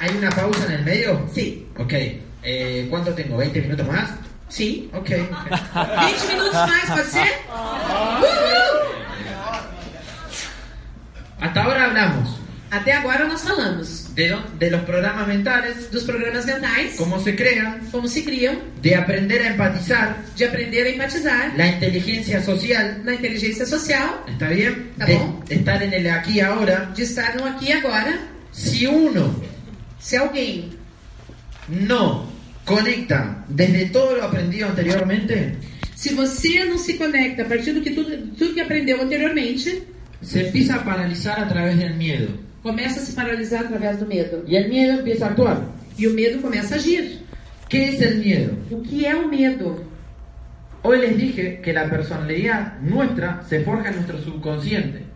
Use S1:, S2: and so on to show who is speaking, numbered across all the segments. S1: ¿Hay una pausa en el medio?
S2: Sí.
S1: Ok. Eh, ¿Cuánto tengo? ¿20 minutos más?
S2: Sí.
S1: Ok. ok.
S2: 20 minutos mais, pode ser? Uhul!
S1: Hasta ahora hablamos
S2: Até agora nós falamos
S1: de, lo- de los programas mentales,
S2: dos programas mentais,
S1: cómo se crean,
S2: como se criam,
S1: de aprender a empatizar,
S2: de aprender a empatizar
S1: la inteligencia social,
S2: na inteligência social,
S1: ¿está bien?
S2: Está
S1: De-
S2: bien.
S1: de estar en el aquí y ahora.
S2: de estar no aqui e agora.
S1: Si uno
S2: Se alguém
S1: no conecta desde todo lo aprendido anteriormente,
S2: Se você não se conecta a partir do que tudo, tudo que aprendeu anteriormente,
S1: se empieza a paralizar a través del miedo.
S2: começa a se paralisar através do medo.
S1: Y el miedo empieza a actuar.
S2: E o medo começa a agir.
S1: ¿Qué es el miedo?
S2: O que é o medo?
S1: Hoy les dije que la personalidad nuestra se forja en nuestro subconsciente.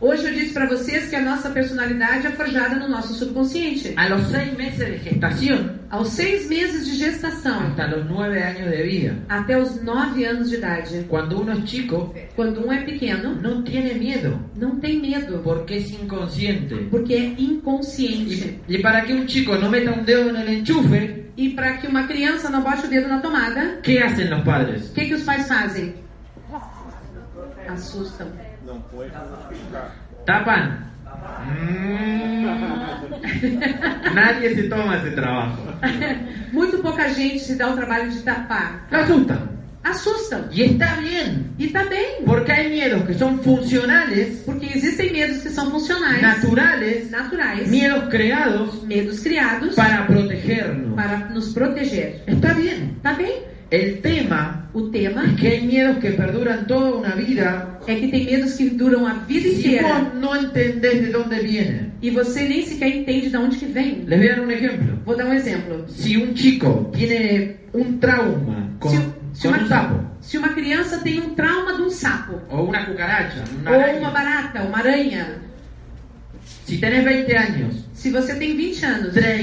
S2: Hoje eu disse para vocês que a nossa personalidade é forjada no nosso subconsciente.
S1: A los seis meses de gestación
S2: Aos seis meses de gestação,
S1: hasta los nueve años de vida.
S2: até os nove anos de idade,
S1: Cuando uno es chico,
S2: quando um é pequeno,
S1: no tiene miedo
S2: não tem medo,
S1: porque es inconsciente.
S2: porque é
S1: Y,
S2: inconsciente.
S1: y para que un chico no meta un dedo en el enchufe,
S2: E para que uma criança não bote o dedo na tomada,
S1: ¿qué hacen los padres?
S2: o que, que os pais fazem? Assustam.
S1: Tapan. Mm. Nadie se toma ese trabajo.
S2: Muito pouca gente se dá o trabalho de tapar.
S1: Lo asustan.
S2: Assustam.
S1: Y está bien,
S2: E tá bem.
S1: porque hay miedos que son funcionales,
S2: Porque existem medos que são funcionais,
S1: naturales,
S2: naturais,
S1: miedos creados
S2: medos criados
S1: para protegernos.
S2: para nos proteger.
S1: Está bien.
S2: Tá bem?
S1: El tema
S2: O tema
S1: es que hay miedos que perduran toda una vida
S2: é que tem medos que duram a vida
S1: si
S2: inteira
S1: vos no entendés de dónde vienen.
S2: e você nem sequer entende de onde que vem.
S1: Les voy a dar un ejemplo.
S2: Vou dar um exemplo.
S1: Si un chico tiene un trauma con,
S2: Se, se
S1: con
S2: uma,
S1: un sapo,
S2: se uma criança tem um trauma de um sapo,
S1: o una cucaracha, una
S2: ou
S1: araña,
S2: uma barata, uma aranha,
S1: Si tenés 20 años,
S2: se você tem 20 anos, né?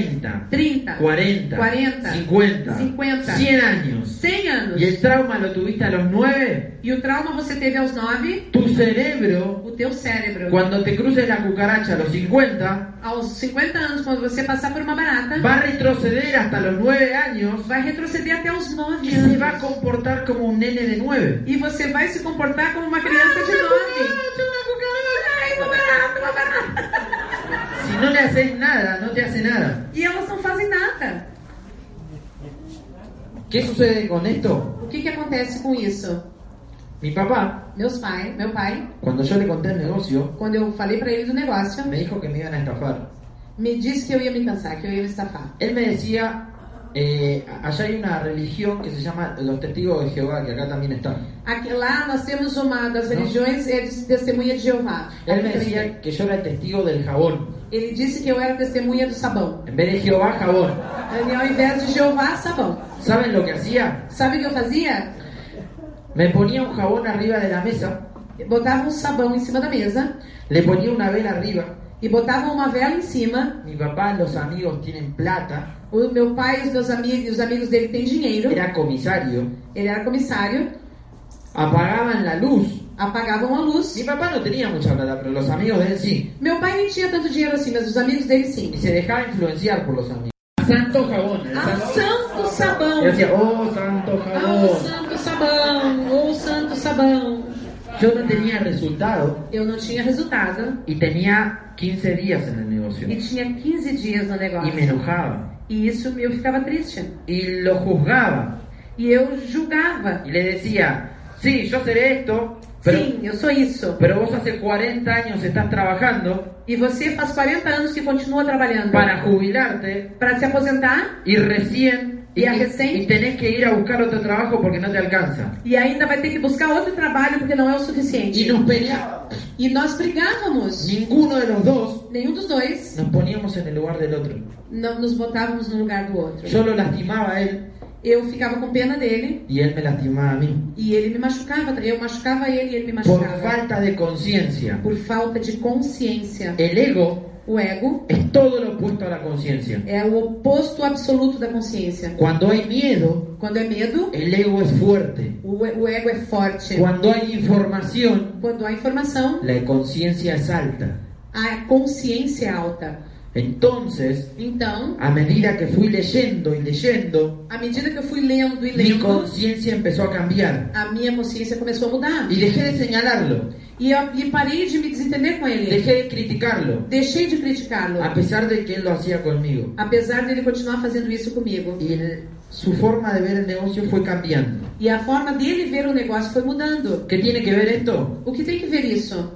S1: 30,
S2: 30,
S1: 40,
S2: 40,
S1: 50,
S2: 50,
S1: 100 años,
S2: 100 anos,
S1: y el trauma lo tuviste a los 9,
S2: E o trauma você teve aos nove,
S1: tu cerebro,
S2: o teu cérebro.
S1: cuando te cruces la cucaracha a los 50,
S2: Aos 50 anos, quando você passar por uma barata,
S1: va a retroceder hasta los 9 años
S2: vai retroceder até os nove
S1: y se va a
S2: anos.
S1: comportar como un nene de 9.
S2: E você vai se comportar como uma criança de nove. Ai, uma barata, uma barata.
S1: Si no le haces nada, no te hace nada.
S2: E elas não fazem nada.
S1: ¿Qué sucede con esto?
S2: O que, que acontece com isso?
S1: Mi papá,
S2: Meus pai, meu pai,
S1: cuando yo le conté el negocio,
S2: quando eu falei pra ele do negócio,
S1: me dijo que me iban a estafar.
S2: me disse que eu ia me cansar, que eu ia me estafar.
S1: Él me decía, eh, allá hay una religión que se llama los testigos de Jehová, que acá también están.
S2: Aqui, lá nós temos uma das religiões, é de testemunha de Jeová. é.
S1: Él me decía que yo era el testigo del jabón.
S2: Ele disse que eu era testemunha do sabão.
S1: En vez de Jehová, jabón.
S2: E ao invés de Jeová, sabão.
S1: ¿Saben lo que hacía?
S2: Sabe o que eu fazia?
S1: Me ponía un jabón arriba de la mesa,
S2: Eu botava um sabão em cima da mesa
S1: le ponía una vela arriba.
S2: e botava uma vela em cima.
S1: Mi papá, los amigos tienen plata,
S2: O meu pai e os meus amigos, os amigos dele têm dinheiro.
S1: era comisario,
S2: Ele era comissário.
S1: apagaban la luz.
S2: Apagavam a
S1: Mi
S2: luz.
S1: papá no tenía mucha plata, pero los amigos de él sí.
S2: Meu pai nem tinha tanto dinheiro assim, mas os amigos dele sim.
S1: Y se dejaba influenciar por los amigos. Santo jabón. el
S2: Ah,
S1: santo-
S2: santo sabão!
S1: Yo decía, oh, santo
S2: Ah, o
S1: jabón.
S2: santo sabão! Ou santo sabão!
S1: Yo no tenía resultado
S2: Eu não tinha resultado
S1: y tenía 15 días en el negocio.
S2: e tinha 15 dias no
S1: Y me
S2: negócio.
S1: enojaba.
S2: E isso eu ficava triste.
S1: Y lo juzgaba.
S2: E eu julgava.
S1: Y le decía, sí, yo seré esto, pero,
S2: Sim, eu sou isso.
S1: pero vos hace 40 años estás trabajando
S2: E você faz 40 anos que continua trabalhando
S1: para jubilarte
S2: para se aposentar
S1: y recién... Y,
S2: Y recién-
S1: y tenés que ir a buscar otro trabajo porque no te alcanza.
S2: e ainda vai ter que buscar outro trabalho porque não é o suficiente.
S1: Y nos peleábamos.
S2: E nós brigávamos.
S1: Ninguno de los dos
S2: Nenhum dos dois
S1: nos poníamos en el lugar del otro.
S2: não nos botávamos no lugar do outro.
S1: Yo lo lastimaba a él
S2: Eu ficava com pena dele
S1: y él me lastimaba a mí.
S2: e ele me machucava. Eu machucava ele e ele me
S1: Por
S2: machucava.
S1: falta de conciencia.
S2: Por falta de consciência.
S1: El ego
S2: O ego
S1: es todo lo opuesto a la conciencia.
S2: é o oposto absoluto da consciência.
S1: Cuando hay miedo,
S2: Quando é medo,
S1: el ego es fuerte.
S2: o e- o ego é forte.
S1: Cuando hay información,
S2: Quando há informação,
S1: la conciencia es alta.
S2: a consciência é alta.
S1: Entonces,
S2: Então,
S1: a medida que fui leyendo y leyendo,
S2: à medida que eu fui lendo e
S1: mi
S2: lendo,
S1: conciencia empezó a cambiar.
S2: a minha consciência começou a mudar.
S1: Y dejé de señalarlo,
S2: E, eu, e parei de me desentender com ele.
S1: dejé de criticarlo,
S2: Deixei de criticá-lo,
S1: a pesar de que él lo hacía conmigo.
S2: apesar dele continuar fazendo isso comigo.
S1: Y el- su forma de ver el negocio fue cambiando.
S2: E a forma dele ver o negócio foi mudando.
S1: ¿Qué tiene que ver esto?
S2: O que tem que ver isso?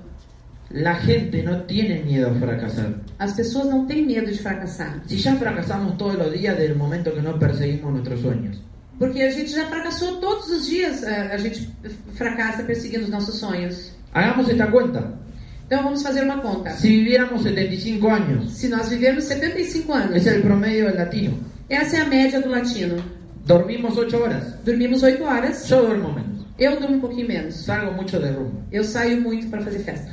S1: La gente no tiene miedo a fracasar.
S2: As pessoas não têm medo de fracassar.
S1: Si ya fracasamos todos los días desde el momento que no perseguimos nuestros sueños,
S2: Porque a gente já fracassou todos os dias, eh, a a gente fracassa perseguindo os nossos sonhos.
S1: hagamos esta cuenta.
S2: Então vamos fazer uma conta.
S1: Si viviéramos 75 años,
S2: Se nós vivermos 75 anos,
S1: es el promedio del latino,
S2: essa é a média do latino.
S1: dormimos 8 horas,
S2: Dormimos 8 horas,
S1: yo duermo menos,
S2: eu durmo um pouquinho menos.
S1: salgo mucho de rumbo.
S2: Eu saio muito para fazer festa.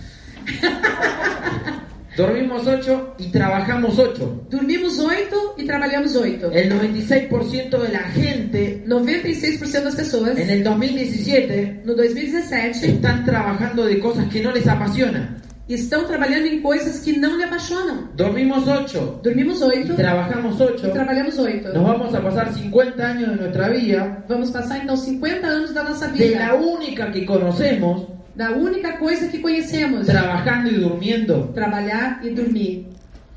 S1: Dormimos 8 y trabajamos 8.
S2: Dormimos 8 e trabalhamos 8.
S1: El 96% de la gente
S2: 96% das pessoas
S1: en el 2017
S2: no 2017
S1: están trabajando de cosas que no les apasionan.
S2: estão trabalhando em coisas que não lhe apaixonam.
S1: Dormimos 8
S2: Dormimos 8
S1: y trabajamos 8.
S2: e trabalhamos 8.
S1: Nos vamos a pasar 50 años de nuestra vida,
S2: Vamos passar então 50 anos da nossa
S1: de la
S2: vida,
S1: única que conocemos,
S2: da única coisa que conhecemos: é
S1: trabajando y durmiendo.
S2: trabalhar e dormir.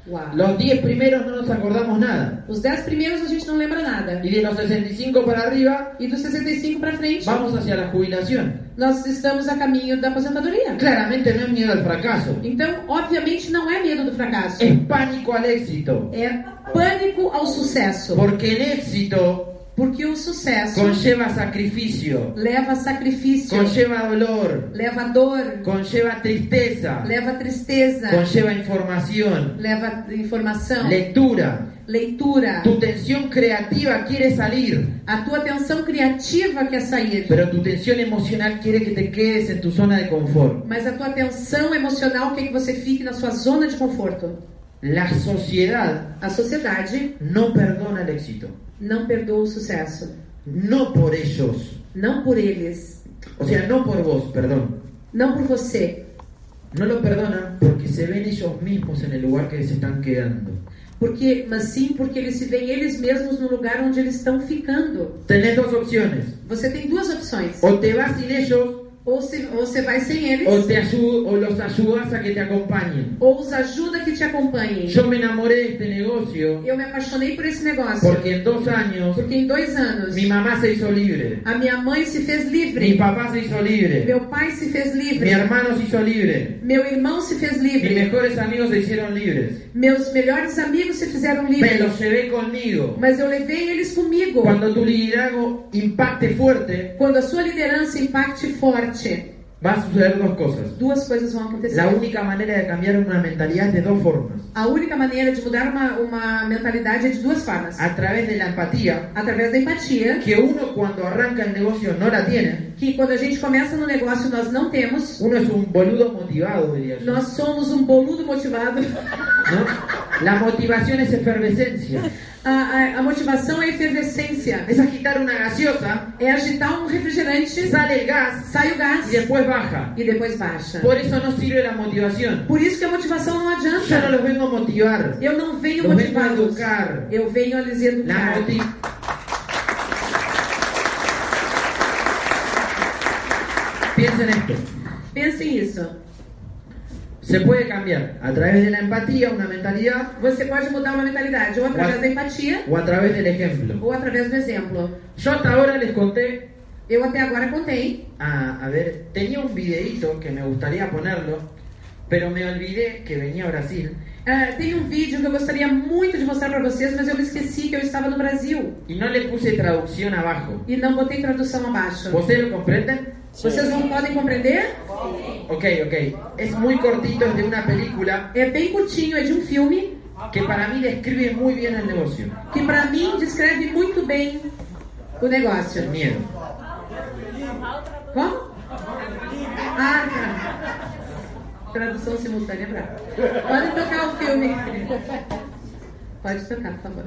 S2: Uau.
S1: Los 10 primeros no nos acordamos nada.
S2: Os 10 primeiros a gente não lembra nada.
S1: Y de los 65 para arriba,
S2: E dos 65 para frente,
S1: vamos hacia la jubilación.
S2: nós estamos a caminho da aposentadoria.
S1: Claramente no es miedo al fracaso,
S2: Então, obviamente, não é medo do fracasso.
S1: es pánico al éxito.
S2: É pânico ao sucesso.
S1: Porque el éxito
S2: Porque o sucesso
S1: conlleva sacrificio,
S2: leva sacrifício,
S1: conlleva dolor,
S2: leva dor,
S1: conlleva tristeza,
S2: leva tristeza,
S1: conlleva información,
S2: leva informação,
S1: lectura.
S2: leitura.
S1: Tu tensión creativa quiere salir.
S2: A tua atenção criativa quer sair.
S1: Pero tu tensión emocional quiere que te quedes en tu zona de confort.
S2: Mas a tua atenção emocional quer que você fique na sua zona de conforto.
S1: La sociedad
S2: A sociedade
S1: no perdona el éxito.
S2: não perdoa o sucesso.
S1: No por ellos.
S2: Não por eles,
S1: O sea, no por vos, perdón.
S2: não por você.
S1: No lo perdonan porque se ven ellos mismos en el lugar que se están quedando.
S2: Porque, mas sim porque eles se veem eles mesmos no lugar onde eles estão ficando.
S1: Tenés dos opciones.
S2: Você tem duas opções.
S1: O te vas sin ellos
S2: Ou, se, ou você vai sem
S1: o,
S2: eles,
S1: te ayu- o los ayudas a que te acompañen.
S2: ou os ajuda que te acompanhem.
S1: Yo me enamoré de este negocio
S2: Eu me apaixonei por esse negócio.
S1: porque en dos años
S2: Porque em dois anos,
S1: mi mamá se hizo libre.
S2: a minha mãe se fez
S1: Mi
S2: livre.
S1: papá se hizo libre.
S2: Meu pai se fez
S1: Mi
S2: livre.
S1: hermano se hizo libre.
S2: Meu irmão se fez
S1: Mis
S2: livre.
S1: mejores amigos se hicieron libres.
S2: Meus melhores amigos se fizeram
S1: Me
S2: livres.
S1: los llevé conmigo.
S2: Mas eu levei eles comigo.
S1: Cuando tu liderazgo impacte fuerte,
S2: Quando a sua liderança impacte forte,
S1: va a suceder dos cosas.
S2: duas coisas vão acontecer.
S1: La única manera de cambiar una mentalidad es de dos formas.
S2: A única maneira de mudar uma, uma mentalidade é de duas formas.
S1: A través de la empatía,
S2: Através da empatia,
S1: que uno cuando arranca el negocio no la tiene.
S2: que quando a gente começa no negócio nós não temos,
S1: Uno es un boludo motivado, diría yo.
S2: nós somos um boludo motivado.
S1: ¿no? La motivación es efervescencia.
S2: A, a, a motivación é efervescência.
S1: Es agitar una gaseosa,
S2: É agitar um refrigerante,
S1: sale el gas
S2: sai o gás
S1: y después baja.
S2: e depois baixa.
S1: Por eso no sirve la motivación.
S2: Por isso que a motivação não
S1: Yo no
S2: adianta.
S1: los vengo a motivar.
S2: Eu não venho
S1: Los vengo a
S2: motivá-los.
S1: educar.
S2: Eu venho a lhes
S1: La,
S2: educar.
S1: moti- Piensen esto.
S2: Pensem isso.
S1: Se puede cambiar a través de la empatía, una mentalidad,
S2: Você pode mudar uma mentalidade ou através
S1: Mas-
S2: da empatia
S1: o a través del ejemplo.
S2: ou através do exemplo.
S1: Yo hasta ahora les conté,
S2: Eu até agora contei.
S1: a, a ver, tenía un videíto que me gustaría ponerlo, pero me olvidé que venía a Brasil
S2: Ah, tem um vídeo que eu gostaria muito de mostrar para vocês, mas eu me esqueci que eu estava no Brasil
S1: y no le puse traducción abajo.
S2: e não botei tradução abaixo.
S1: ¿Ustedes lo comprenden?
S2: Vocês não podem compreender?
S1: Ok, ok. Es muy cortito, es de una película
S2: É bem curtinho, é de um filme
S1: que para mí describe muy bien el negocio,
S2: que para mí descreve muito bem o
S1: el
S2: negócio.
S1: miedo.
S2: Como? Ah, tá. Tradução simultânea brava. Pode tocar o filme. Pode tocar, por favor.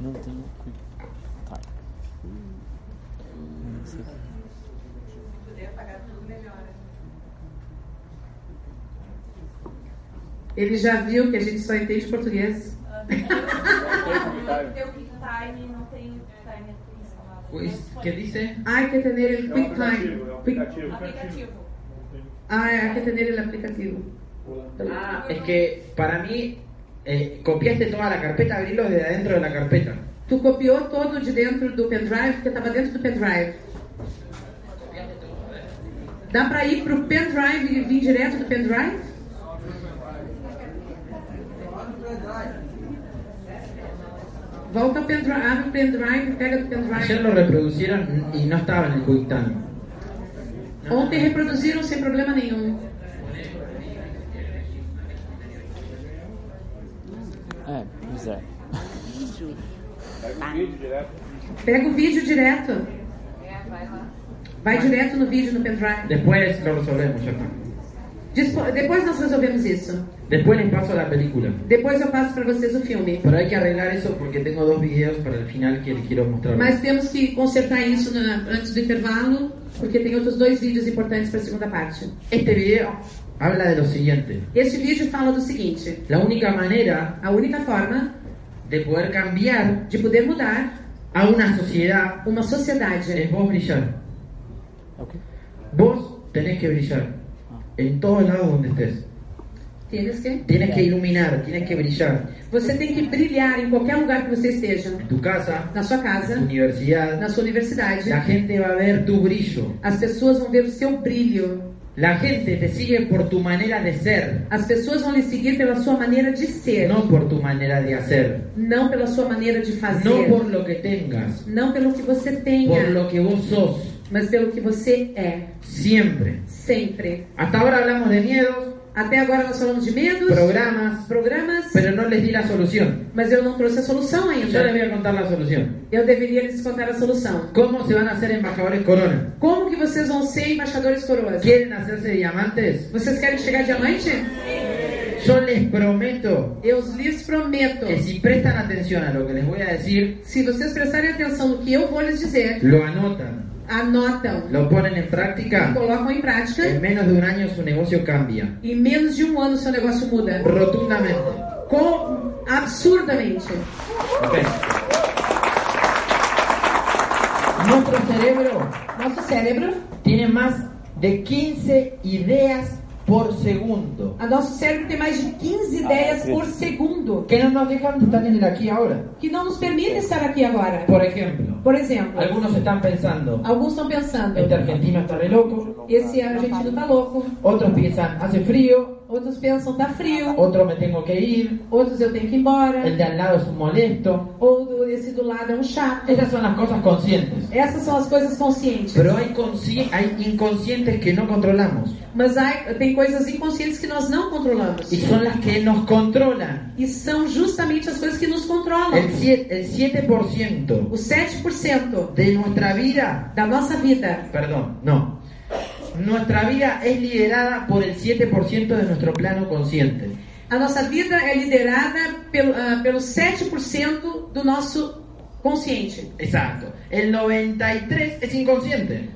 S3: Não tem. um Tá. Não sei.
S2: Ele já viu que a gente só entende português.
S4: Não tem o quick time, não tem o time installado.
S1: Pues, ¿Qué dice?
S2: Ai, que tener el
S5: É um
S2: quick time.
S5: aplicativo, é um
S2: Quick-
S5: aplicativo.
S4: Aplicativo.
S2: Ai, hay que tener el é aplicativo.
S1: Ah, es que para mí eh, copiaste toda la carpeta, abrilo desde adentro de la carpeta.
S2: Tu copiou todo de dentro do pendrive, porque estava dentro do pendrive. Dá pra ir pro pendrive e vir direto do pendrive? Volta ao pendrive, abre o pendrive, pega do
S1: Ayer
S2: pendrive.
S1: lo reproducieron y no estaba en el QuickTime.
S2: Ontem reproduziram sem problema nenhum.
S3: É, pois é.
S5: Pega
S2: Pega
S5: o vídeo direto.
S2: o vídeo direto.
S4: É, vai lá.
S2: Vai direto no vídeo no pendrive.
S1: Después lo resolvemos, ya está.
S2: Dispo- Depois nós resolvemos isso.
S1: Después les paso la película.
S2: Depois eu passo pra vocês o filme.
S1: Pero hay que arreglar eso porque tengo dos videos para el final que les quiero mostrar.
S2: Mas temos que consertar isso na- antes do intervalo, porque tem outros dois vídeos importantes para a segunda parte.
S1: Este video habla de lo siguiente.
S2: Este vídeo fala do seguinte:
S1: La única manera
S2: a única forma
S1: de poder cambiar
S2: de poder mudar
S1: a una sociedad
S2: uma sociedade
S1: es vos brillar.
S3: É o quê?
S1: Vos tenés que brillar en todos lados donde estés.
S2: tienes que
S1: Tienes que iluminar, tienes que brillar
S2: você tem que brilhar em qualquer lugar que você esteja,
S1: en tu casa,
S2: na sua casa,
S1: en tu universidad.
S2: na sua universidade.
S1: La gente va a ver tu brillo.
S2: As pessoas vão ver o seu brilho.
S1: La gente te sigue por tu manera de ser,
S2: As pessoas vão lhe seguir pela sua maneira de ser,
S1: no por tu manera de hacer,
S2: não pela sua maneira de fazer,
S1: no por lo que tengas,
S2: não pelo que você tenha,
S1: por lo que vos sos,
S2: mas pelo que você é,
S1: siempre.
S2: sempre.
S1: Hasta ahora hablamos de miedos,
S2: Até agora nós falamos de medos,
S1: programas,
S2: programas,
S1: pero no les di la solución.
S2: mas eu não trouxe a solução
S1: Yo les
S2: ainda. né,
S1: voy a contar la solución.
S2: Eu deveria lhes contar a solução.
S1: ¿Cómo se van a hacer embajadores corona?
S2: Como que vocês vão ser embaixadores coroas?
S1: ¿Quieren hacerse diamantes?
S2: Vocês querem chegar diamante?
S1: Yo les prometo
S2: Eu lhes prometo.
S1: que si prestan atención a lo que les voy a decir,
S2: Se vocês prestarem atenção no que eu vou lhes dizer,
S1: lo anotan,
S2: anotam,
S1: lo ponen en práctica,
S2: colocam em prática,
S1: en menos de un año su negocio cambia.
S2: em menos de um ano seu negócio muda.
S1: Rotundamente.
S2: Com absurdamente.
S1: Ok. Nuestro cerebro
S2: Nosso cérebro,
S1: tiene más de 15 ideas por segundo.
S2: a nosso cérebro tem mais de 15 ideias por segundo
S1: Que no nos dejan estar en el aquí ahora.
S2: que não nos permite estar aqui agora.
S1: Por ejemplo,
S2: Por exemplo,
S1: algunos están pensando,
S2: Alguns estão pensando,
S1: este argentino está re loco.
S2: esse argentino tá louco.
S1: Otros piensan, hace frío.
S2: Outros pensam, tá frio.
S1: Otro me tengo que ir.
S2: Outros, eu tenho que ir embora.
S1: El de al lado es un molesto.
S2: Ou do- esse do lado é um chato.
S1: Esas son las cosas conscientes.
S2: Essas são as coisas conscientes.
S1: Pero hay, consci- hay inconscientes que no controlamos.
S2: Mas há, tem coisas inconscientes que nós não controlamos.
S1: Y son las que nos controlan.
S2: E são justamente as coisas que nos controlam.
S1: El 7%, el 7
S2: O 7%
S1: de nuestra vida,
S2: da nossa vida,
S1: perdón, no. Nuestra vida es liderada por el 7% de nuestro plano consciente.
S2: a nossa vida é liderada pelo, ah, pelo 7% do nosso consciente.
S1: Exacto. El 93 es inconsciente.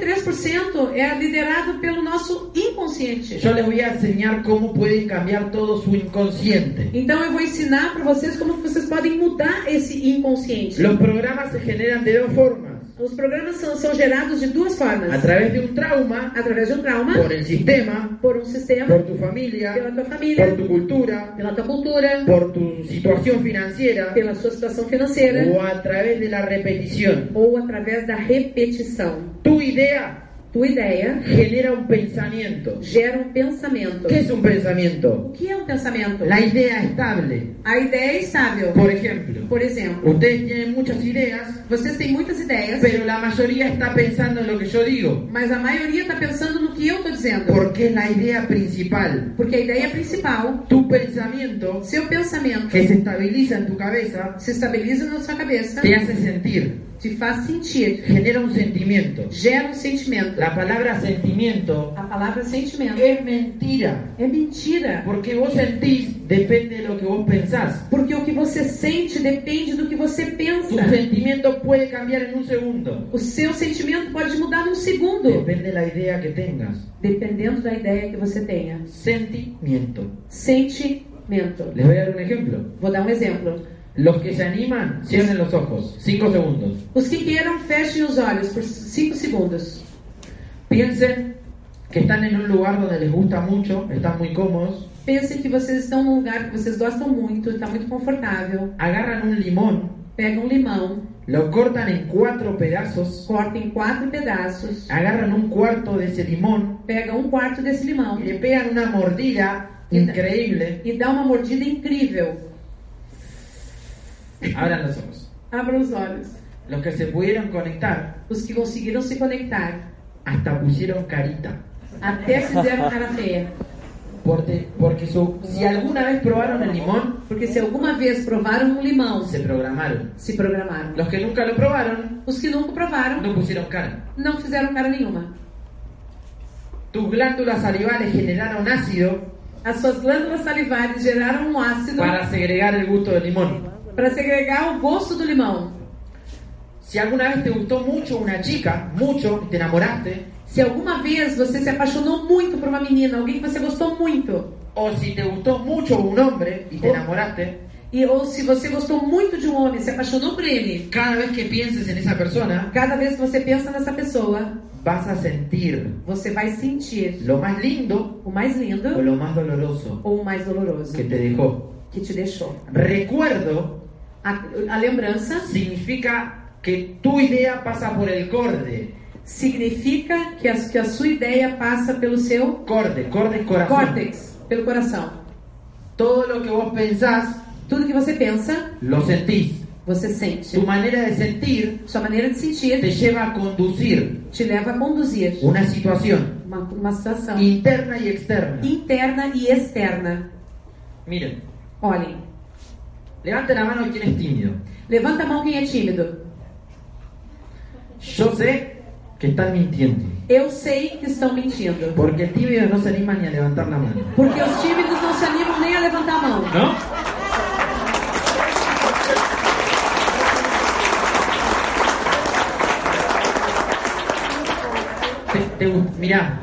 S2: 93% é liderado pelo nosso inconsciente.
S1: Yo les voy a enseñar cómo pueden cambiar todo su inconsciente.
S2: Então eu vou ensinar para vocês como vocês podem mudar esse inconsciente.
S1: Los programas se generan de dos formas.
S2: Os programas são, são gerados de duas formas:
S1: A través de un trauma,
S2: através de um trauma,
S1: por el sistema,
S2: por um sistema,
S1: por tu familia,
S2: pela tua
S1: por
S2: família,
S1: tu cultura,
S2: pela tua cultura,
S1: por tu situación financiera
S2: pela sua situação financeira
S1: o a través de la repetición.
S2: ou através da repetição.
S1: Tu idea
S2: Tua ideia
S1: genera un pensamiento.
S2: gera um pensamento.
S1: ¿Qué es un pensamiento?
S2: O que é um pensamento?
S1: La idea estable.
S2: A ideia é estável.
S1: Por ejemplo,
S2: Por exemplo,
S1: ustedes tienen muchas ideas,
S2: vocês têm muitas ideias,
S1: pero la mayoría está pensando en lo que yo digo,
S2: mas a maioria está pensando no que eu estou dizendo.
S1: porque es la idea principal.
S2: Porque a ideia principal,
S1: Tu pensamiento
S2: seu pensamento,
S1: que se estabiliza en tu cabeza
S2: se estabiliza na sua cabeça,
S1: te hace sentir.
S2: te faz sentir,
S1: genera um sentimento.
S2: gera um sentimento.
S1: La palabra sentimiento
S2: A palavra sentimento
S1: es mentira.
S2: é mentira,
S1: Porque vos sentís depende de lo que vos pensás.
S2: porque o que você sente depende do que você
S1: Tu
S2: pensa.
S1: sentimiento puede cambiar en un segundo.
S2: O seu sentimento pode mudar num segundo,
S1: Depende de la idea que tengas.
S2: dependendo da ideia que você tenha.
S1: Sentimiento.
S2: Sentimento.
S1: Les voy a dar un ejemplo.
S2: Vou dar um exemplo.
S1: Los que se animan, cierren los ojos. Cinco segundos.
S2: Os que queiram, fechem os olhos por 5 segundos.
S1: Piensen que están en un lugar donde les gusta mucho, están muy cómodos.
S2: Pensem que vocês estão num lugar que vocês gostam muito, está muito confortável.
S1: Agarran un limón,
S2: Pegam um limão,
S1: lo cortan em cuatro pedazos.
S2: cortam em quatro pedaços,
S1: Agarran un cuarto de ese limón
S2: pegam um quarto desse limão
S1: y le pegan una mordida increíble.
S2: e dá uma mordida incrível.
S1: Abran los ojos.
S2: Abram os olhos.
S1: Los que se pudieron conectar
S2: Os que conseguiram se conectar
S1: hasta pusieron carita.
S2: até fizeram cara feia.
S1: Porque, porque su- si alguna vez probaron el limón,
S2: Porque se alguma vez provaram um limão,
S1: se programaron.
S2: se programaram.
S1: Los que nunca lo probaron,
S2: Os que nunca provaram,
S1: no pusieron cara.
S2: não fizeram cara nenhuma.
S1: Tus glándulas salivales generaron ácido
S2: As suas glândulas salivares geraram um ácido
S1: para segregar el gusto del limón.
S2: para segregar o gosto do limão.
S1: Si alguna vez te gustó mucho una chica, mucho, y te enamoraste,
S2: Se alguma vez você se apaixonou muito por uma menina, alguém que você gostou muito,
S1: o si te gustó mucho un hombre y te
S2: Oh.
S1: enamoraste,
S2: e ou se você gostou muito de um homem, se apaixonou por ele,
S1: cada vez que pienses en esa persona,
S2: cada vez que você pensa nessa pessoa,
S1: vas a sentir
S2: você vai sentir
S1: lo más lindo
S2: o mais lindo
S1: o lo más doloroso
S2: ou o mais doloroso
S1: que te dejó.
S2: que te deixou.
S1: Recuerdo
S2: A, a lembrança
S1: significa que tu idea pasa por el corde.
S2: significa que a, que a sua ideia passa pelo seu
S1: Corde, corde es corazón.
S2: córtex, pelo coração.
S1: Todo lo que vos pensás,
S2: Tudo que você pensa,
S1: lo sentís.
S2: você sente.
S1: Tu manera de sentir
S2: Sua maneira de
S1: te
S2: sentir
S1: lleva a conducir
S2: te leva a conduzir
S1: una situación
S2: uma, uma situação
S1: interna y externa.
S2: interna e externa.
S1: Miren,
S2: Olhem,
S1: levante la mano quien es tímido.
S2: levanta a mão quem é tímido.
S1: Yo sé que están mintiendo.
S2: Eu sei que estão mentindo.
S1: Porque el tímido no se anima ni a levantar la mano.
S2: Porque os tímidos não se animam nem a levantar a mão.
S1: ¿No? Te, te gust- mirá,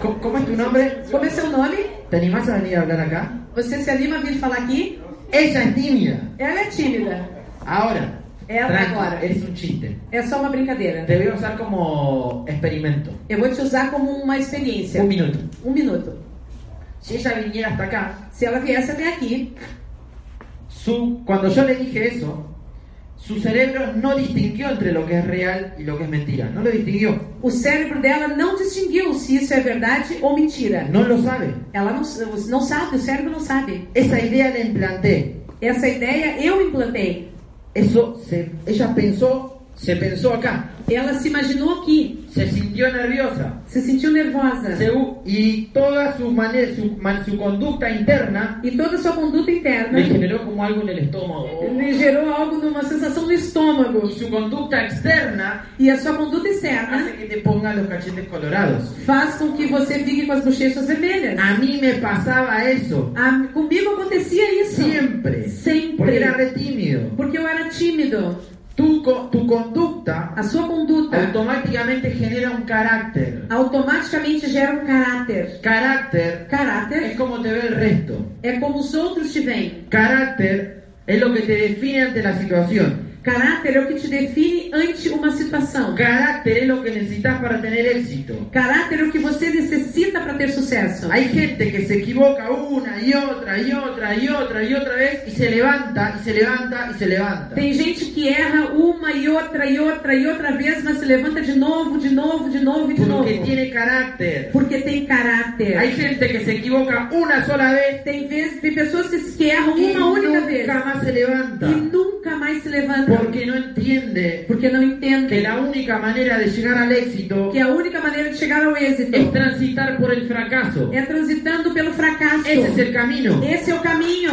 S1: ¿cómo, cómo es tu nombre?
S2: Como é seu nome?
S1: ¿Te animás a venir a hablar acá?
S2: Você se anima a vir falar aqui?
S1: Ella es tímida.
S2: Ela é tímida.
S1: Ahora,
S2: Ella
S1: tranqui,
S2: ahora.
S1: es un chiste.
S2: É só uma brincadeira.
S1: Te voy a usar como experimento.
S2: Eu vou te usar como uma experiência.
S1: Un minuto.
S2: Um minuto.
S1: Si ella viniera hasta acá,
S2: Se ela viesse até aqui,
S1: su, cuando yo le dije eso, su cerebro no distinguió entre lo que es real y lo que es mentira. No lo distinguió.
S2: o cérebro dela não distinguiu se isso é verdade ou mentira.
S1: No lo sabe.
S2: Ela não, não sabe, o cérebro não sabe.
S1: Esa idea le implanté.
S2: Essa ideia eu implantei.
S1: Eso se, ella pensó, se pensó acá.
S2: Ela se imaginou aqui,
S1: Se sintió nerviosa.
S2: se sentiu nervosa.
S1: Se hu- y toda su, mane- su, man- su conducta interna
S2: E toda a sua conduta interna
S1: le generó como algo en el estómago.
S2: lhe gerou algo numa sensação no estômago.
S1: Y su conducta externa
S2: E a sua conduta externa
S1: hace que te pongan los cachetes colorados.
S2: faz com que você fique com as bochechas vermelhas.
S1: A mí me pasaba eso.
S2: Ah, comigo acontecia isso.
S1: Siempre. Porque era
S2: Sempre.
S1: re tímido.
S2: Porque eu era tímido.
S1: Tu, co- tu conducta
S2: A sua conduta
S1: automáticamente genera un carácter.
S2: automaticamente gera um caráter.
S1: Carácter es
S2: Caráter
S1: como te ve el resto.
S2: é como os outros te veem.
S1: Carácter es lo que te define ante la situación.
S2: Caráter é o que te define ante uma situação.
S1: Carácter es lo que necesitas para tener éxito.
S2: Caráter é o que você necessita para ter sucesso.
S1: Hay gente que se equivoca una y otra y otra y otra y otra vez y se levanta y se levanta y se levanta.
S2: Tem gente que erra uma e outra e outra e outra vez, mas se levanta de novo, de novo, de novo e de novo.
S1: Porque é? tiene carácter.
S2: Porque tem caráter.
S1: Hay gente que se equivoca una sola vez
S2: Tem vezes, tem pessoas que, que erram
S1: y
S2: uma única vez
S1: nunca más se levanta.
S2: e nunca mais se levantam.
S1: Porque no entiende
S2: Porque não
S1: que
S2: entendem
S1: la única manera de llegar al éxito
S2: que a única maneira de chegar ao êxito
S1: es transitar por el fracaso.
S2: é transitando
S1: é
S2: pelo fracasso. é
S1: Ese es el camino.
S2: Esse é o caminho.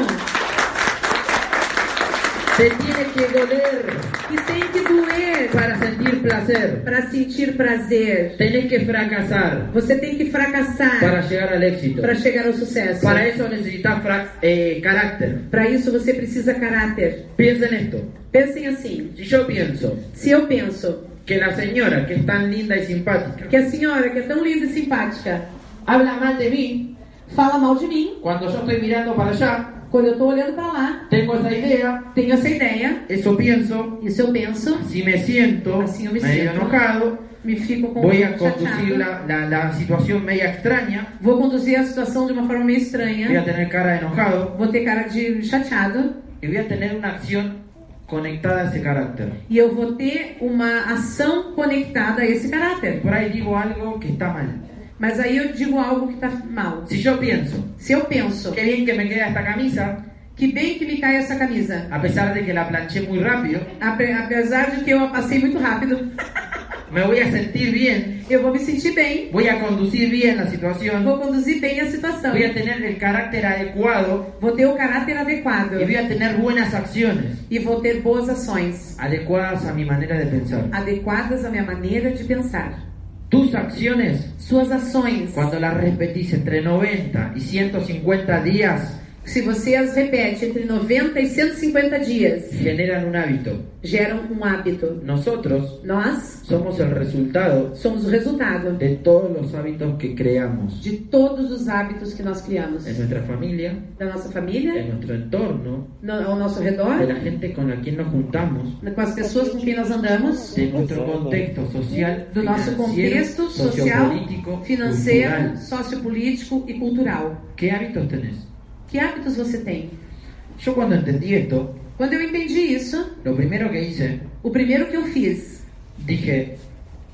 S1: Se tiene que doler
S2: E tem que doer
S1: para sentir placer.
S2: para sentir prazer.
S1: Tenés que fracasar
S2: Você tem que
S1: para
S2: fracassar
S1: llegar al éxito.
S2: para chegar ao sucesso.
S1: Para eso necesitas frac- eh, carácter.
S2: Para isso você precisa caráter.
S1: Piensa en esto.
S2: Pensem assim:
S1: Si yo pienso
S2: se eu penso
S1: que la señora que es tan linda y simpática
S2: que a senhora que é tão linda e simpática
S1: habla mal de mí,
S2: fala mal de mim
S1: cuando yo estoy mirando para allá,
S2: quando eu estou olhando para lá,
S1: tengo esa idea,
S2: tenho essa ideia,
S1: eso pienso,
S2: isso eu penso,
S1: si me siento
S2: Así Ah, yo me
S1: medio
S2: siento.
S1: enojado,
S2: me fico com um
S1: voy a conducir
S2: chateada.
S1: la, la- la situación media extraña,
S2: Vou conduzir a situação de uma forma meio estranha.
S1: voy a tener cara de enojado
S2: Vou ter cara de chateado
S1: y voy a tener una acción conectada a ese carácter.
S2: e eu vou ter uma ação conectada a esse caráter.
S1: Por ahí digo algo que está mal.
S2: Mas aí eu digo algo que tá mal.
S1: Si yo pienso,
S2: Se eu penso,
S1: qué bien que me queda esta camisa,
S2: que bem que me cai essa camisa,
S1: a pesar de que la planché muy rápido,
S2: ape- apesar de que eu a passei muito rápido,
S1: me voy a sentir bien,
S2: eu vou me sentir bem,
S1: voy a conducir bien la situación,
S2: vou conduzir bem a situação,
S1: voy a tener el carácter adecuado
S2: vou ter o caráter adequado
S1: y voy a tener buenas acciones
S2: e vou ter boas ações
S1: adecuadas a mi manera de pensar.
S2: adequadas à minha maneira de pensar.
S1: Tus acciones,
S2: Suas ações,
S1: cuando las repetís entre 90 y 150 días,
S2: se você as repete entre 90 e 150 dias,
S1: generan un hábito.
S2: geram um hábito.
S1: Nosotros
S2: Nós
S1: somos el resultado
S2: somos o resultado
S1: de todos los hábitos que creamos
S2: de todos os hábitos que nós criamos
S1: en nuestra familia,
S2: da nossa família,
S1: en nuestro entorno,
S2: no- ao nosso redor,
S1: de la gente con la quien nos juntamos,
S2: com as pessoas com quem nós andamos,
S1: de nuestro contexto social,
S2: do nosso
S1: financiero,
S2: contexto social,
S1: sociopolítico,
S2: financeiro,
S1: cultural.
S2: sociopolítico e cultural.
S1: ¿Qué hábitos tenés?
S2: Que hábitos você tem?
S1: Yo cuando entendí esto,
S2: Quando eu entendi isso,
S1: lo primero que hice,
S2: o primeiro que eu fiz,
S1: dije,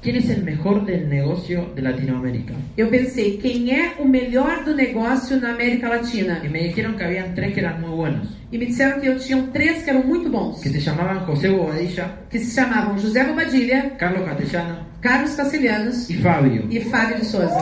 S1: ¿quién es el mejor del negocio de Latinoamérica?
S2: eu pensei quem é o melhor do negócio na América Latina.
S1: Y me dijeron que habían tres que eran muy buenos,
S2: E me disseram que eu tinha um três que eram muito bons,
S1: que se llamaban José Bobadilla,
S2: que se chamavam José Bobadilha,
S1: Carlos Castellano
S2: Carlos Castelhanos
S1: y Fabio.
S2: e Fábio de Souza.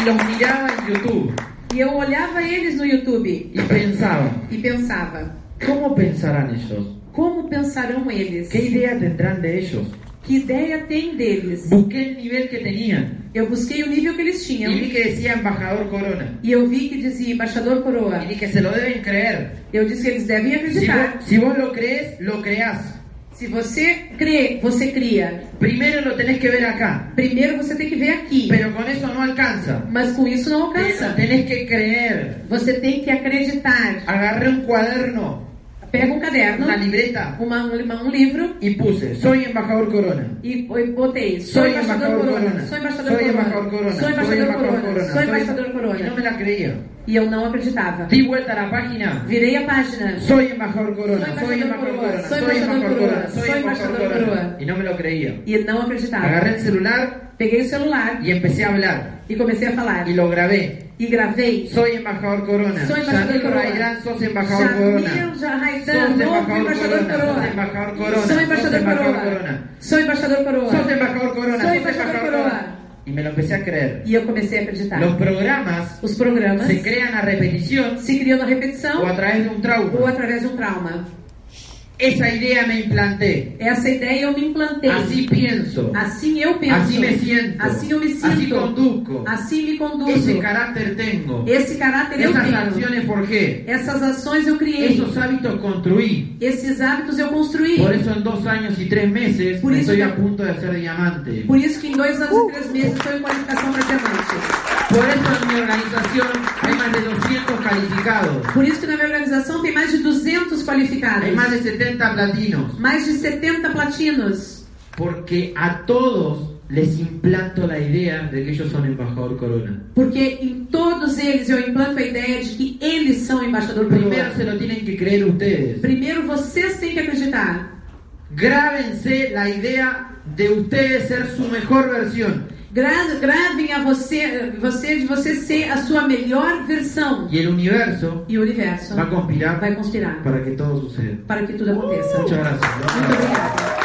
S1: Y los miraba en YouTube
S2: E eu olhava eles no YouTube
S1: y pensaba,
S2: e pensava,
S1: ¿cómo pensarán ellos?
S2: como pensarão eles?
S1: ¿Qué idea tendrán de ellos?
S2: Que ideia tem deles?
S1: Busqué el nivel que tenían
S2: Eu busquei o nível que eles
S1: y
S2: tinham
S1: vi que decía embajador Corona.
S2: e eu vi que dizia embaixador coroa.
S1: Y dije, se lo deben creer.
S2: Eu disse que eles devem
S1: Si vos,
S2: acreditar.
S1: si vos lo crees, lo creás.
S2: Se você crê, você cria.
S1: Primero lo tenés que ver acá,
S2: Primeiro você tem que ver aqui,
S1: pero con eso no alcanza.
S2: mas com isso não
S1: Pero
S2: alcança.
S1: tenés que creer.
S2: Você tem que acreditar.
S1: Agarré un cuaderno,
S2: Pega um caderno,
S1: una libreta
S2: uma, um, um livro
S1: y puse, soy embajador Corona.
S2: e e botei sou
S1: Soy
S2: embaixador corona, sou embaixador
S1: Soy embajador
S2: corona,
S1: Corona.
S2: sou embaixador corona, sou é.
S1: Soy-
S2: embaixador
S1: Y no me
S2: corona.
S1: la creía.
S2: E eu não acreditava.
S1: Di vuelta a la página.
S2: Virei a página.
S1: Soy embajador Corona.
S2: Soy
S1: Soy embajador Corona. Soy embajador Corona. Soy embajador Corona. Y no me lo creía.
S2: E não acreditava.
S1: Agarré el celular
S2: Peguei o celular
S1: y empecé a hablar.
S2: e comecei a falar.
S1: Y lo grabé.
S2: E gravei.
S1: Soy embajador Corona.
S2: Soy embajador
S1: Yamil
S2: Corona.
S1: Rairán, sos embajador
S2: Jamil
S1: Corona.
S2: Jarraidan,
S1: Sos
S2: novo
S1: embajador
S2: embaixador
S1: corona,
S2: coroa.
S1: sos embajador corona,
S2: Sou embaixador
S1: sos embajador
S2: coroa.
S1: corona.
S2: Sou embaixador coroa.
S1: Sos embajador Corona.
S2: Soy
S1: Sos
S2: embajador
S1: embajador
S2: corona.
S1: Corona. Y me lo empecé a creer.
S2: E eu comecei a acreditar.
S1: Los programas
S2: Os programas
S1: se crean a repetición
S2: se criam na repetição
S1: o a través de un
S2: ou
S1: trauma.
S2: através de um trauma.
S1: Esa idea me implanté.
S2: Essa ideia eu me implantei.
S1: Así pienso.
S2: Assim eu penso.
S1: Assim me sinto.
S2: Assim eu me sinto.
S1: Assim conduzo.
S2: Assim me conduzo.
S1: Ese carácter tengo.
S2: Esse caráter eu
S1: Esas
S2: tenho.
S1: acciones forjé.
S2: Essas ações eu criei.
S1: Esos hábitos construí.
S2: Esses hábitos eu construí.
S1: Por eso en dos años y tres meses
S2: Por eso-
S1: estoy a punto de hacer diamante.
S2: Por isso que em dois anos e três meses estou em qualificação para diamante.
S1: Por eso en mi organización hay más de 200 calificados.
S2: Por isso que na minha organização tem mais de 200 qualificados.
S1: Hay más de 70 platinos.
S2: Mais de 70 platinos.
S1: Porque a todos les implanto la idea de que ellos son embajador corona.
S2: Porque em todos eles eu implanto a ideia de que eles são embaixador
S1: Primero
S2: primeiro.
S1: se lo tienen que creer ustedes.
S2: Primeiro vocês têm que acreditar.
S1: Grábense la idea de ustedes ser su mejor versión.
S2: Gra gravem a você, você de você ser a sua melhor versão.
S1: Y el universo
S2: E o universo
S1: va a conspirar
S2: vai conspirar
S1: para que todo suceda.
S2: para que tudo aconteça.
S1: Muchas gracias.
S2: Muito obrigada.